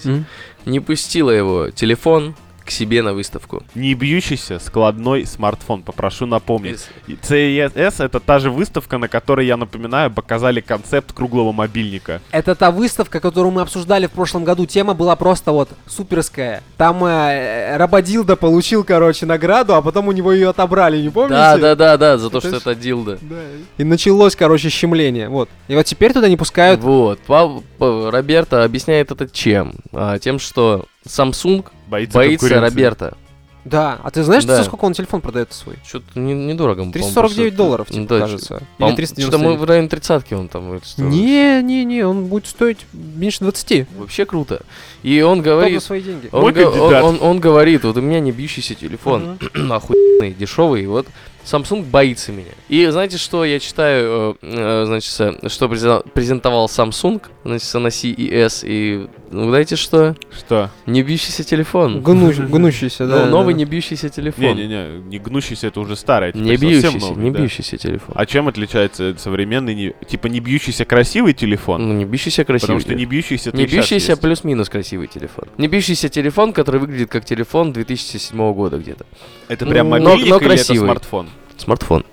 [SPEAKER 2] не пустила его телефон к себе на выставку.
[SPEAKER 3] Не бьющийся складной смартфон, попрошу напомнить. И CES это та же выставка, на которой, я напоминаю, показали концепт круглого мобильника.
[SPEAKER 1] Это та выставка, которую мы обсуждали в прошлом году. Тема была просто вот суперская. Там э, Рабодилда получил, короче, награду, а потом у него ее отобрали, не помните?
[SPEAKER 2] Да, да, да, да, за то,
[SPEAKER 1] Это
[SPEAKER 2] что
[SPEAKER 1] ж-
[SPEAKER 2] это дилда.
[SPEAKER 1] Да. И началось, короче, щемление. Вот. И вот теперь туда не пускают.
[SPEAKER 2] Вот. Пав- П- Роберто объясняет это чем? А, тем, что Samsung
[SPEAKER 3] Боится,
[SPEAKER 2] боится
[SPEAKER 3] конкуренции.
[SPEAKER 2] Роберта.
[SPEAKER 1] Да. А ты знаешь,
[SPEAKER 2] Да.
[SPEAKER 1] за сколько он телефон продает свой?
[SPEAKER 2] Что-то не- недорого. по-моему,
[SPEAKER 1] 349
[SPEAKER 2] просто.
[SPEAKER 1] долларов, типа,
[SPEAKER 2] Да,
[SPEAKER 1] кажется. Или
[SPEAKER 2] По-моему, Что мы
[SPEAKER 1] 399.
[SPEAKER 2] в районе тридцатки он там. или что?
[SPEAKER 1] Не, не, не, он будет стоить меньше 20.
[SPEAKER 2] Вообще круто. И он
[SPEAKER 1] Только
[SPEAKER 2] говорит...
[SPEAKER 1] свои деньги.
[SPEAKER 2] Он,
[SPEAKER 3] Мой
[SPEAKER 2] го- он,
[SPEAKER 3] кандидат.
[SPEAKER 2] он- он говорит, вот у меня не бьющийся телефон, охуенный, дешевый, и вот Samsung боится меня. И знаете, что я читаю, э, э, значит, э, что презен- презентовал Samsung, значит, на CES, и ну, знаете что?
[SPEAKER 3] Что?
[SPEAKER 2] Не бьющийся телефон.
[SPEAKER 1] Гну- гнущийся,
[SPEAKER 2] Ну,
[SPEAKER 1] да. да,
[SPEAKER 2] новый
[SPEAKER 1] да.
[SPEAKER 2] не бьющийся телефон. Не,
[SPEAKER 3] Не-не-не, не гнущийся, это уже старое. теперь совсем
[SPEAKER 2] бьющийся,
[SPEAKER 3] новый,
[SPEAKER 2] не
[SPEAKER 3] да.
[SPEAKER 2] бьющийся телефон.
[SPEAKER 3] А чем отличается современный, не- типа не бьющийся красивый телефон?
[SPEAKER 2] Ну, не бьющийся красивый.
[SPEAKER 3] Потому что не бьющийся
[SPEAKER 2] телефон. Не
[SPEAKER 3] ты и щас
[SPEAKER 2] бьющийся
[SPEAKER 3] есть.
[SPEAKER 2] плюс-минус красивый телефон. Не бьющийся телефон, который выглядит как телефон 2007 года где-то.
[SPEAKER 3] Это прям
[SPEAKER 2] но-
[SPEAKER 3] мобильник
[SPEAKER 2] но
[SPEAKER 3] или это
[SPEAKER 2] красивый.
[SPEAKER 3] смартфон?
[SPEAKER 2] Смартфон.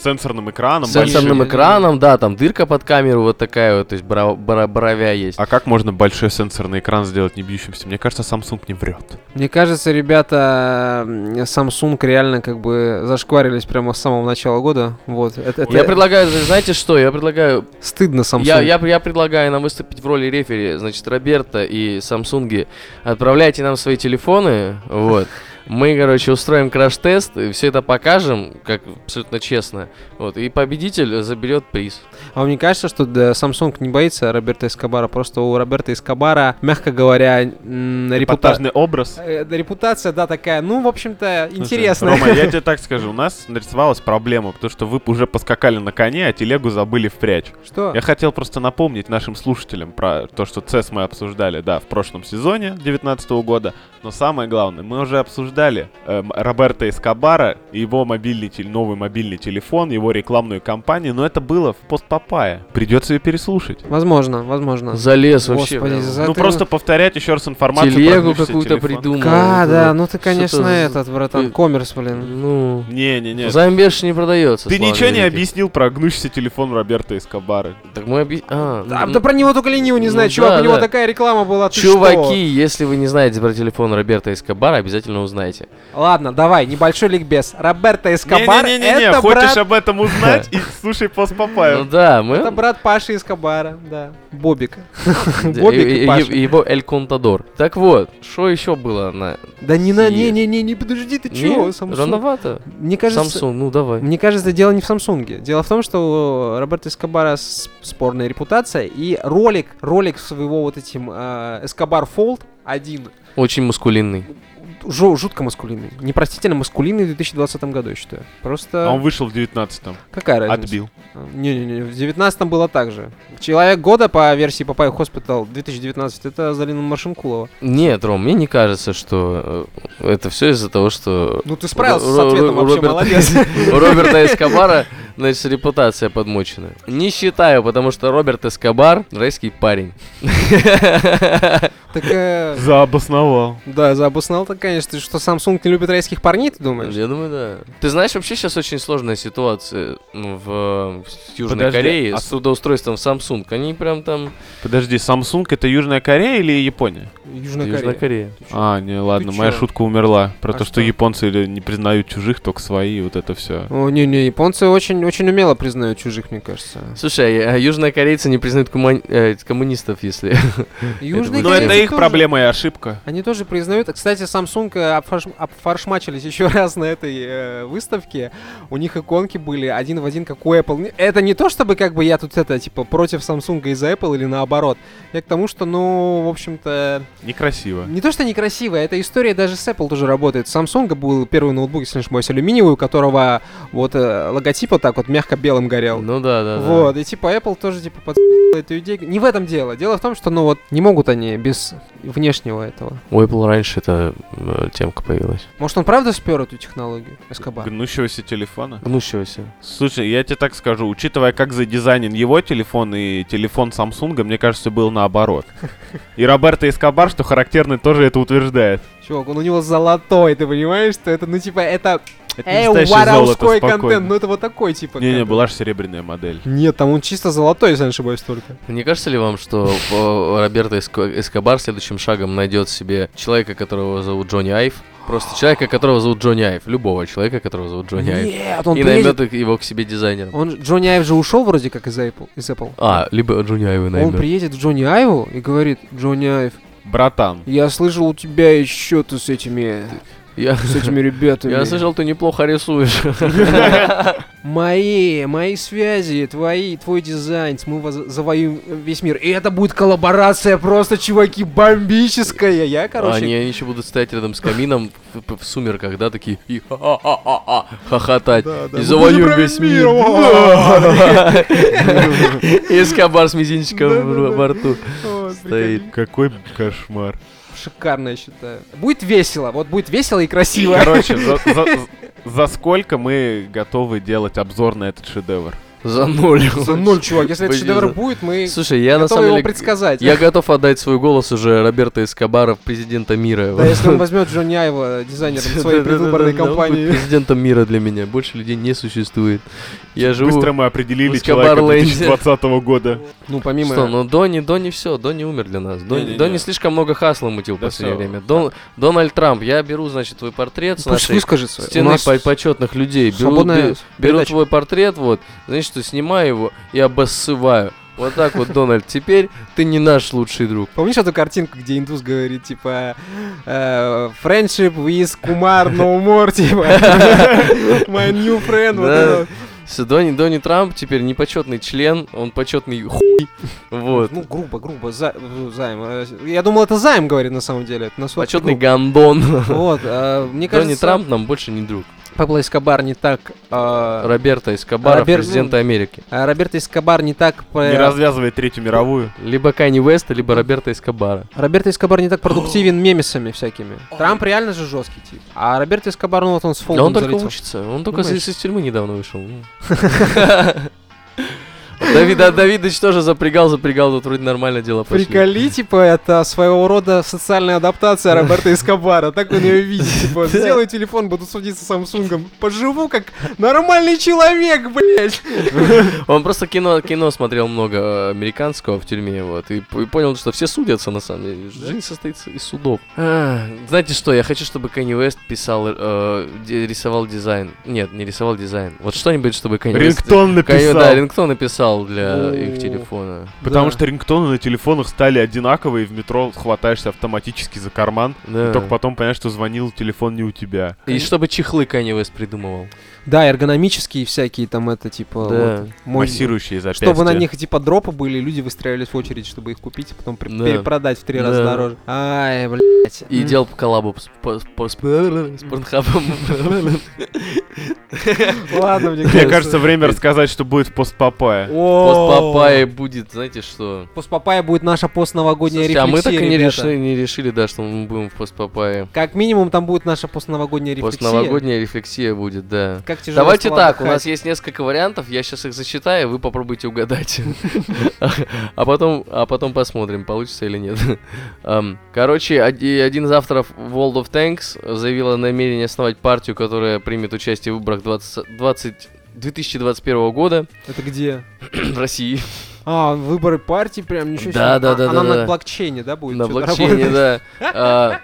[SPEAKER 3] С сенсорным экраном.
[SPEAKER 2] С сенсорным
[SPEAKER 3] большим.
[SPEAKER 2] экраном, да, там дырка под камеру вот такая вот, то есть бра- бра- бровя есть.
[SPEAKER 3] А как можно большой сенсорный экран сделать не бьющимся? Мне кажется, Samsung не врет.
[SPEAKER 1] Мне кажется, ребята м, Samsung реально как бы зашкварились прямо с самого начала года. Вот. Это, это
[SPEAKER 2] Я предлагаю, знаете что, я предлагаю,
[SPEAKER 1] стыдно Samsung.
[SPEAKER 2] я, я, я предлагаю нам выступить в роли рефери, значит, Роберта и Самсунги, отправляйте нам свои телефоны, вот, мы, короче, устроим краш-тест, и все это покажем, как абсолютно честно, вот, и победитель заберет приз.
[SPEAKER 1] А вам не кажется, что да, Samsung не боится Роберта Эскобара? Просто у Роберта Эскобара, мягко говоря, м, репута-
[SPEAKER 3] Репортажный образ.
[SPEAKER 1] э, да, репутация, да, такая, ну, в общем-то,
[SPEAKER 3] Слушай,
[SPEAKER 1] интересная.
[SPEAKER 3] Рома, я тебе так скажу, у нас нарисовалась проблема, потому что вы уже поскакали на коне, а телегу забыли впрячь.
[SPEAKER 1] Что?
[SPEAKER 3] Я хотел просто напомнить нашим слушателям про то, что CES мы обсуждали, да, в прошлом сезоне 2019 года. Но самое главное, мы уже обсуждали эм, Роберта Эскобара, его мобильный, теле- новый мобильный телефон, его рекламную кампанию, но это было в постпапае. Придется ее переслушать.
[SPEAKER 1] Возможно, возможно.
[SPEAKER 2] Залез вообще.
[SPEAKER 1] Господи,
[SPEAKER 2] прям.
[SPEAKER 1] за- Да
[SPEAKER 3] ну
[SPEAKER 1] ты-
[SPEAKER 3] просто повторять еще раз информацию. про
[SPEAKER 2] Телегу
[SPEAKER 3] бьющийся
[SPEAKER 2] какую-то
[SPEAKER 3] телефон.
[SPEAKER 2] придумал.
[SPEAKER 1] Ка,
[SPEAKER 2] вот
[SPEAKER 1] да,
[SPEAKER 2] это.
[SPEAKER 1] ну ты, конечно,
[SPEAKER 2] Что-то-
[SPEAKER 1] этот, братан,
[SPEAKER 2] ты-
[SPEAKER 1] коммерс, блин.
[SPEAKER 2] Ну,
[SPEAKER 3] Не-не-не.
[SPEAKER 2] за Замбеш не продается.
[SPEAKER 3] Ты
[SPEAKER 2] слава
[SPEAKER 3] ничего не
[SPEAKER 2] великий.
[SPEAKER 3] объяснил про гнущийся телефон Роберта Эскобара.
[SPEAKER 2] Так мы объяс- а,
[SPEAKER 1] Да,
[SPEAKER 2] ну,
[SPEAKER 1] да про него только ленивый не
[SPEAKER 2] ну
[SPEAKER 1] знает, чувак,
[SPEAKER 2] да,
[SPEAKER 1] у него
[SPEAKER 2] да.
[SPEAKER 1] такая реклама была, ты
[SPEAKER 2] Чуваки,
[SPEAKER 1] что?
[SPEAKER 2] если вы не знаете про телефон Роберта Эскобара, обязательно узнаете.
[SPEAKER 1] Ладно, давай, небольшой ликбез. Роберто Эскобар
[SPEAKER 3] Не-не-не-не,
[SPEAKER 1] это
[SPEAKER 3] хочешь
[SPEAKER 1] брат...
[SPEAKER 3] об этом узнать, и слушай пост
[SPEAKER 2] Ну
[SPEAKER 3] Папаев.
[SPEAKER 2] да, мы...
[SPEAKER 1] Это брат Паши Эскобара, да. Бобик.
[SPEAKER 2] Да,
[SPEAKER 1] Бобик
[SPEAKER 2] и-
[SPEAKER 1] и
[SPEAKER 2] и-
[SPEAKER 1] Паша.
[SPEAKER 2] и его Эль Контадор. Так вот, что еще было на...
[SPEAKER 1] Да не на...
[SPEAKER 2] Си.
[SPEAKER 1] Не-не-не, не подожди, ты чего,
[SPEAKER 2] Не,
[SPEAKER 1] Samsung?
[SPEAKER 2] Рановато.
[SPEAKER 1] Мне кажется...
[SPEAKER 2] Samsung, ну давай.
[SPEAKER 1] Мне кажется, дело не в Самсунге. Дело в том, что у Роберта Эскобара с- спорная репутация, и ролик, ролик своего вот этим э, Эскобар Fold а, один
[SPEAKER 2] Очень мускулинный.
[SPEAKER 1] жу- жутко маскулинный. Непростительно маскулинный в 2020 году, я считаю. Просто...
[SPEAKER 3] А он вышел в А 19-м.
[SPEAKER 1] Какая разница?
[SPEAKER 3] Отбил.
[SPEAKER 1] Не-не-не, в 19 было так же. Человек года по версии Папай Хоспитал 2019 это Залина Маршинкулова.
[SPEAKER 2] Нет, Ром, мне не кажется, что э, это все из-за того, что
[SPEAKER 1] Ну ты
[SPEAKER 2] Ро-
[SPEAKER 1] справился с
[SPEAKER 2] Ро-
[SPEAKER 1] ответом,
[SPEAKER 2] Ро-
[SPEAKER 1] вообще
[SPEAKER 2] Роберт-
[SPEAKER 1] молодец.
[SPEAKER 2] у Роберта Эскобара, значит, репутация подмочена. Не считаю, потому что Роберт Эскобар райский парень.
[SPEAKER 1] Так, э,
[SPEAKER 3] Заобосновал.
[SPEAKER 1] да, заобоснал так, конечно, что Samsung не любит райских парней, ты думаешь?
[SPEAKER 2] Я думаю, да. Ты знаешь, вообще сейчас очень сложная ситуация ну, в, э, в Южной
[SPEAKER 3] Подожди,
[SPEAKER 2] Корее
[SPEAKER 3] а
[SPEAKER 2] с
[SPEAKER 3] с-
[SPEAKER 2] трудоустройством Samsung. Они прям там...
[SPEAKER 3] Подожди, Samsung это Южная Корея или Япония?
[SPEAKER 1] Южная
[SPEAKER 2] Южная
[SPEAKER 1] Корея.
[SPEAKER 2] Корея.
[SPEAKER 3] А, не, ладно,
[SPEAKER 1] Ты
[SPEAKER 3] моя
[SPEAKER 1] чё?
[SPEAKER 3] шутка умерла. Про
[SPEAKER 1] А
[SPEAKER 3] то,
[SPEAKER 1] что?
[SPEAKER 3] что японцы или не признают чужих, только свои, вот это все.
[SPEAKER 1] О, не-не, японцы очень, очень умело признают чужих, мне кажется.
[SPEAKER 2] Слушай, а южная корейцы не признают коммуни- э, коммунистов, если...
[SPEAKER 1] Южные
[SPEAKER 2] Ну,
[SPEAKER 3] Но
[SPEAKER 2] это
[SPEAKER 1] корейцы
[SPEAKER 3] это их
[SPEAKER 1] тоже-
[SPEAKER 3] проблема и ошибка.
[SPEAKER 1] Они тоже признают. Кстати, Samsung э, обфарш- обфаршмачились еще раз на этой э, выставке. У них иконки были один в один, как у Apple. Это не то, чтобы как бы я тут это, типа, против Samsung из-за Apple или наоборот. Я к тому, что, ну, в общем-то,
[SPEAKER 3] Некрасиво.
[SPEAKER 1] не то, что некрасиво, эта история даже с Apple тоже работает. У Samsung был первый ноутбук, если не ошибаюсь, алюминиевый, у которого вот э, логотип вот так вот мягко белым горел.
[SPEAKER 2] Ну да, да, да.
[SPEAKER 1] Вот, и типа Apple тоже типа под эту идею. Не в этом дело. Дело в том, что ну вот не могут они без внешнего этого.
[SPEAKER 2] У Apple раньше эта э, темка появилась.
[SPEAKER 1] Может, он правда спер эту технологию, Эскобар?
[SPEAKER 3] Гнущегося телефона.
[SPEAKER 2] Гнущегося.
[SPEAKER 3] Слушай, я тебе так скажу, учитывая, как задизайнен его телефон и телефон Самсунга, мне кажется, был наоборот. И Роберто Эскобар, что характерно, тоже это утверждает.
[SPEAKER 1] Чувак, он у него золотой, ты понимаешь, что это, ну, типа, это...
[SPEAKER 3] Это
[SPEAKER 1] Эй,
[SPEAKER 3] настоящее золото,
[SPEAKER 1] варауской
[SPEAKER 3] спокойно.
[SPEAKER 1] контент, ну, это вот такой, типа...
[SPEAKER 3] Не-не,
[SPEAKER 1] контент.
[SPEAKER 3] была же серебряная модель.
[SPEAKER 1] Нет, там он чисто золотой, если я не ошибаюсь, только.
[SPEAKER 2] Не кажется ли вам, что э, Роберто Эско- Эскобар следующим шагом найдет себе человека, которого зовут Джонни Айв? Просто человека, которого зовут Джонни Айв. Любого человека, которого зовут Джонни Айв.
[SPEAKER 1] Нет, он
[SPEAKER 2] И
[SPEAKER 1] приедет...
[SPEAKER 2] наймет их- его к себе дизайнером.
[SPEAKER 1] Он, Джонни Айв же ушел вроде как из Apple. Из Apple.
[SPEAKER 2] А, либо Джонни Айва
[SPEAKER 1] Он
[SPEAKER 2] наймет.
[SPEAKER 1] приедет к Джонни Айву и говорит, Джонни Айв,
[SPEAKER 3] Братан.
[SPEAKER 1] я слышал у тебя еще ты с этими,
[SPEAKER 2] Я...
[SPEAKER 1] с этими ребятами.
[SPEAKER 2] Я слышал, ты неплохо рисуешь.
[SPEAKER 1] Ну, Мои, мои связи, твои, твой дизайн, мы воз- завоюем весь мир. И это будет коллаборация просто, чуваки, бомбическая. Я, короче...
[SPEAKER 2] Они, они еще будут стоять рядом с камином в, в сумерках, да, такие и ха-ха-ха-ха, хохотать.
[SPEAKER 1] Да, да.
[SPEAKER 2] И
[SPEAKER 1] Мы
[SPEAKER 2] завоюем
[SPEAKER 1] будем
[SPEAKER 2] весь
[SPEAKER 1] править
[SPEAKER 2] мир.
[SPEAKER 1] миром.
[SPEAKER 2] И Эскобар с мизинчиком
[SPEAKER 1] Да, да, да.
[SPEAKER 2] во рту.
[SPEAKER 1] Вот,
[SPEAKER 2] Стоит.
[SPEAKER 1] прикольно.
[SPEAKER 3] Какой кошмар.
[SPEAKER 1] Шикарно, я считаю. Будет весело, вот будет весело и красиво.
[SPEAKER 3] Короче, за, за- за сколько мы готовы делать обзор на этот шедевр?
[SPEAKER 2] За ноль.
[SPEAKER 1] За ноль, чувак, если этот
[SPEAKER 2] Блин,
[SPEAKER 1] шедевр
[SPEAKER 2] за-
[SPEAKER 1] будет, мы
[SPEAKER 2] Слушай, я на
[SPEAKER 1] готовы
[SPEAKER 2] самом
[SPEAKER 1] его
[SPEAKER 2] деле...
[SPEAKER 1] предсказать.
[SPEAKER 2] Я готов отдать свой голос уже Роберто Эскобара, президента мира.
[SPEAKER 1] Да, если он возьмет Джонни Айва дизайнером своей предвыборной
[SPEAKER 2] Да-да-да-да, он будет
[SPEAKER 1] кампании.
[SPEAKER 2] Президентом мира для меня. Больше людей не существует. Я живу...
[SPEAKER 3] Быстро мы определили
[SPEAKER 2] Эскобар
[SPEAKER 3] человека
[SPEAKER 2] Лэнди.
[SPEAKER 3] 2020 года.
[SPEAKER 1] Ну, помимо...
[SPEAKER 2] Что, ну Донни, Донни все, Донни умер для нас. Донни,
[SPEAKER 3] Не-не-не.
[SPEAKER 2] Донни слишком много хасла мутил в
[SPEAKER 3] Да
[SPEAKER 2] последнее
[SPEAKER 3] всё.
[SPEAKER 2] время. Дон- Дональд Трамп, я беру, значит, твой портрет с
[SPEAKER 1] Пусть
[SPEAKER 2] нашей
[SPEAKER 1] выскажется. У
[SPEAKER 2] стены
[SPEAKER 1] нас
[SPEAKER 2] по- почетных людей. Беру,
[SPEAKER 1] свободная
[SPEAKER 2] бе- беру
[SPEAKER 1] передача.
[SPEAKER 2] твой портрет, вот, значит, что снимаю его и обоссываю. Вот так вот, Дональд, теперь ты не наш лучший друг.
[SPEAKER 1] Помнишь эту картинку, где индус говорит, типа, э, friendship with Kumar no more, типа, my new friend, вот
[SPEAKER 2] Да.
[SPEAKER 1] это вот.
[SPEAKER 2] С Донни, Донни Трамп теперь не почетный член, он почетный хуй. Вот.
[SPEAKER 1] Ну, грубо, грубо, за- э, займ. э, Я думал, это займ, говорит, на самом деле. это на сотку
[SPEAKER 2] Почетный
[SPEAKER 1] грубо.
[SPEAKER 2] гандон.
[SPEAKER 1] Вот, э, мне
[SPEAKER 2] Донни
[SPEAKER 1] ну, кажется,
[SPEAKER 2] Трамп нам больше не друг.
[SPEAKER 1] Пабло Эскобар не так... э,
[SPEAKER 2] Роберто Эскобара,
[SPEAKER 1] Робер-
[SPEAKER 2] президента Америки.
[SPEAKER 1] э, Роберто Эскобар не так...
[SPEAKER 3] Не
[SPEAKER 1] э,
[SPEAKER 3] развязывает Третью мировую.
[SPEAKER 2] Либо Кани Веста, либо Роберто Эскобара.
[SPEAKER 1] Роберто Эскобар не так продуктивен мемесами всякими. Трамп реально же жесткий тип. А Роберто Эскобар, ну вот он с
[SPEAKER 2] Да он
[SPEAKER 1] фолдом
[SPEAKER 2] только
[SPEAKER 1] залетел.
[SPEAKER 2] учится. Он только
[SPEAKER 1] Думаешь?
[SPEAKER 2] из из тюрьмы недавно вышел. ну. Давид, а Давидыч тоже запрягал, запрягал, тут вроде нормально дело пошли.
[SPEAKER 1] Приколи, типа, это своего рода социальная адаптация Роберта Эскобара. Так он ее видит, типа, сделаю телефон, буду судиться с Самсунгом. Поживу как нормальный человек, блядь.
[SPEAKER 2] Он просто кино, кино смотрел много э, американского в тюрьме, вот, и, п- и понял, что все судятся, на самом деле. Жизнь состоит из судов. А, знаете что, я хочу, чтобы Кэнни Уэст писал, э, ди- рисовал дизайн. Нет, не рисовал дизайн. Вот что-нибудь, чтобы Кэнни Уэст...
[SPEAKER 3] Рингтон
[SPEAKER 2] Кэнни- Да,
[SPEAKER 3] написал.
[SPEAKER 2] рингтон написал. терминал для
[SPEAKER 1] О.
[SPEAKER 2] их телефона.
[SPEAKER 3] Потому
[SPEAKER 1] Да.
[SPEAKER 3] что рингтоны на телефонах стали одинаковые, и в метро хватаешься автоматически за карман.
[SPEAKER 2] Да.
[SPEAKER 3] И только потом понимаешь, что звонил телефон не у тебя.
[SPEAKER 2] И чтобы чехлы Kanye West придумывал.
[SPEAKER 1] Да, эргономические всякие там это, типа,
[SPEAKER 2] Да.
[SPEAKER 1] вот, мой-
[SPEAKER 3] Массирующие запястья.
[SPEAKER 1] Чтобы на них типа дропы были, люди выстраивались в очередь, чтобы их купить, а потом пр-
[SPEAKER 2] Да.
[SPEAKER 1] перепродать в три раза
[SPEAKER 2] Да.
[SPEAKER 1] дороже. Ай, блядь.
[SPEAKER 2] И
[SPEAKER 1] М.
[SPEAKER 2] делал коллабу с, по- по- с Порнхабом.
[SPEAKER 1] Ладно, мне
[SPEAKER 3] Мне кажется, время рассказать, что будет в постпапая.
[SPEAKER 2] Пост
[SPEAKER 1] О.
[SPEAKER 2] Папайи будет, знаете что?
[SPEAKER 1] Пост Папайя будет наша постновогодняя
[SPEAKER 2] Слушайте, а мы так
[SPEAKER 1] рефлексия,
[SPEAKER 2] и не
[SPEAKER 1] ребята.
[SPEAKER 2] решили, не решили, да, что мы будем в пост Папайи.
[SPEAKER 1] Как минимум там будет наша постновогодняя рефлексия.
[SPEAKER 2] Постновогодняя рефлексия будет, да.
[SPEAKER 1] Как тяжело
[SPEAKER 2] Давайте
[SPEAKER 1] слова
[SPEAKER 2] так, у
[SPEAKER 1] дыхать.
[SPEAKER 2] нас есть несколько вариантов, я сейчас их зачитаю, вы попробуйте угадать. А потом, а потом посмотрим, получится или нет. Ам, Короче, оди- один из авторов World of Tanks заявил о намерении основать партию, которая примет участие в выборах 20 20 2021 года
[SPEAKER 1] Это где?
[SPEAKER 2] в России.
[SPEAKER 1] А, выборы партии прям ничего
[SPEAKER 2] Да,
[SPEAKER 1] себе.
[SPEAKER 2] да,
[SPEAKER 1] А-
[SPEAKER 2] да,
[SPEAKER 1] Она
[SPEAKER 2] да,
[SPEAKER 1] на
[SPEAKER 2] да.
[SPEAKER 1] блокчейне, да, будет?
[SPEAKER 2] На
[SPEAKER 1] что-то
[SPEAKER 2] блокчейне,
[SPEAKER 1] работать?
[SPEAKER 2] да. А,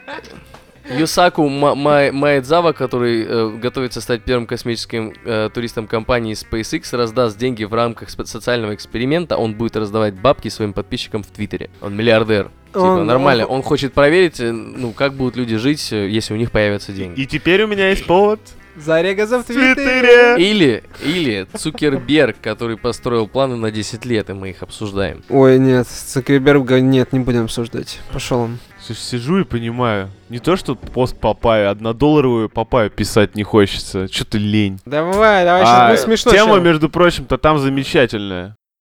[SPEAKER 2] Юсаку Ма- Ма- Маэдзава, который э, готовится стать первым космическим э, туристом компании SpaceX, раздаст деньги в рамках спе- социального эксперимента. Он будет раздавать бабки своим подписчикам в Твиттере. Он миллиардер. Типа,
[SPEAKER 1] Он-
[SPEAKER 2] нормально.
[SPEAKER 1] он-
[SPEAKER 2] Он хочет проверить, э, ну, как будут люди жить, э, если у них появятся деньги.
[SPEAKER 3] И теперь у меня есть повод
[SPEAKER 1] Зарегаза в
[SPEAKER 3] в
[SPEAKER 1] Твиттере.
[SPEAKER 3] Твиттере.
[SPEAKER 2] Или, или Цукерберг, который построил планы на 10 лет, и мы их обсуждаем.
[SPEAKER 1] Ой, нет, Цукерберга нет, не будем обсуждать. Пошел он.
[SPEAKER 3] Слушай, сижу и понимаю. Не то, что пост папая, однодолларовую папаю писать не хочется. Что-то лень.
[SPEAKER 1] Давай, давай,
[SPEAKER 3] А
[SPEAKER 1] сейчас будет ну, смешно.
[SPEAKER 3] тема,
[SPEAKER 1] щас.
[SPEAKER 3] между прочим-то, там замечательная.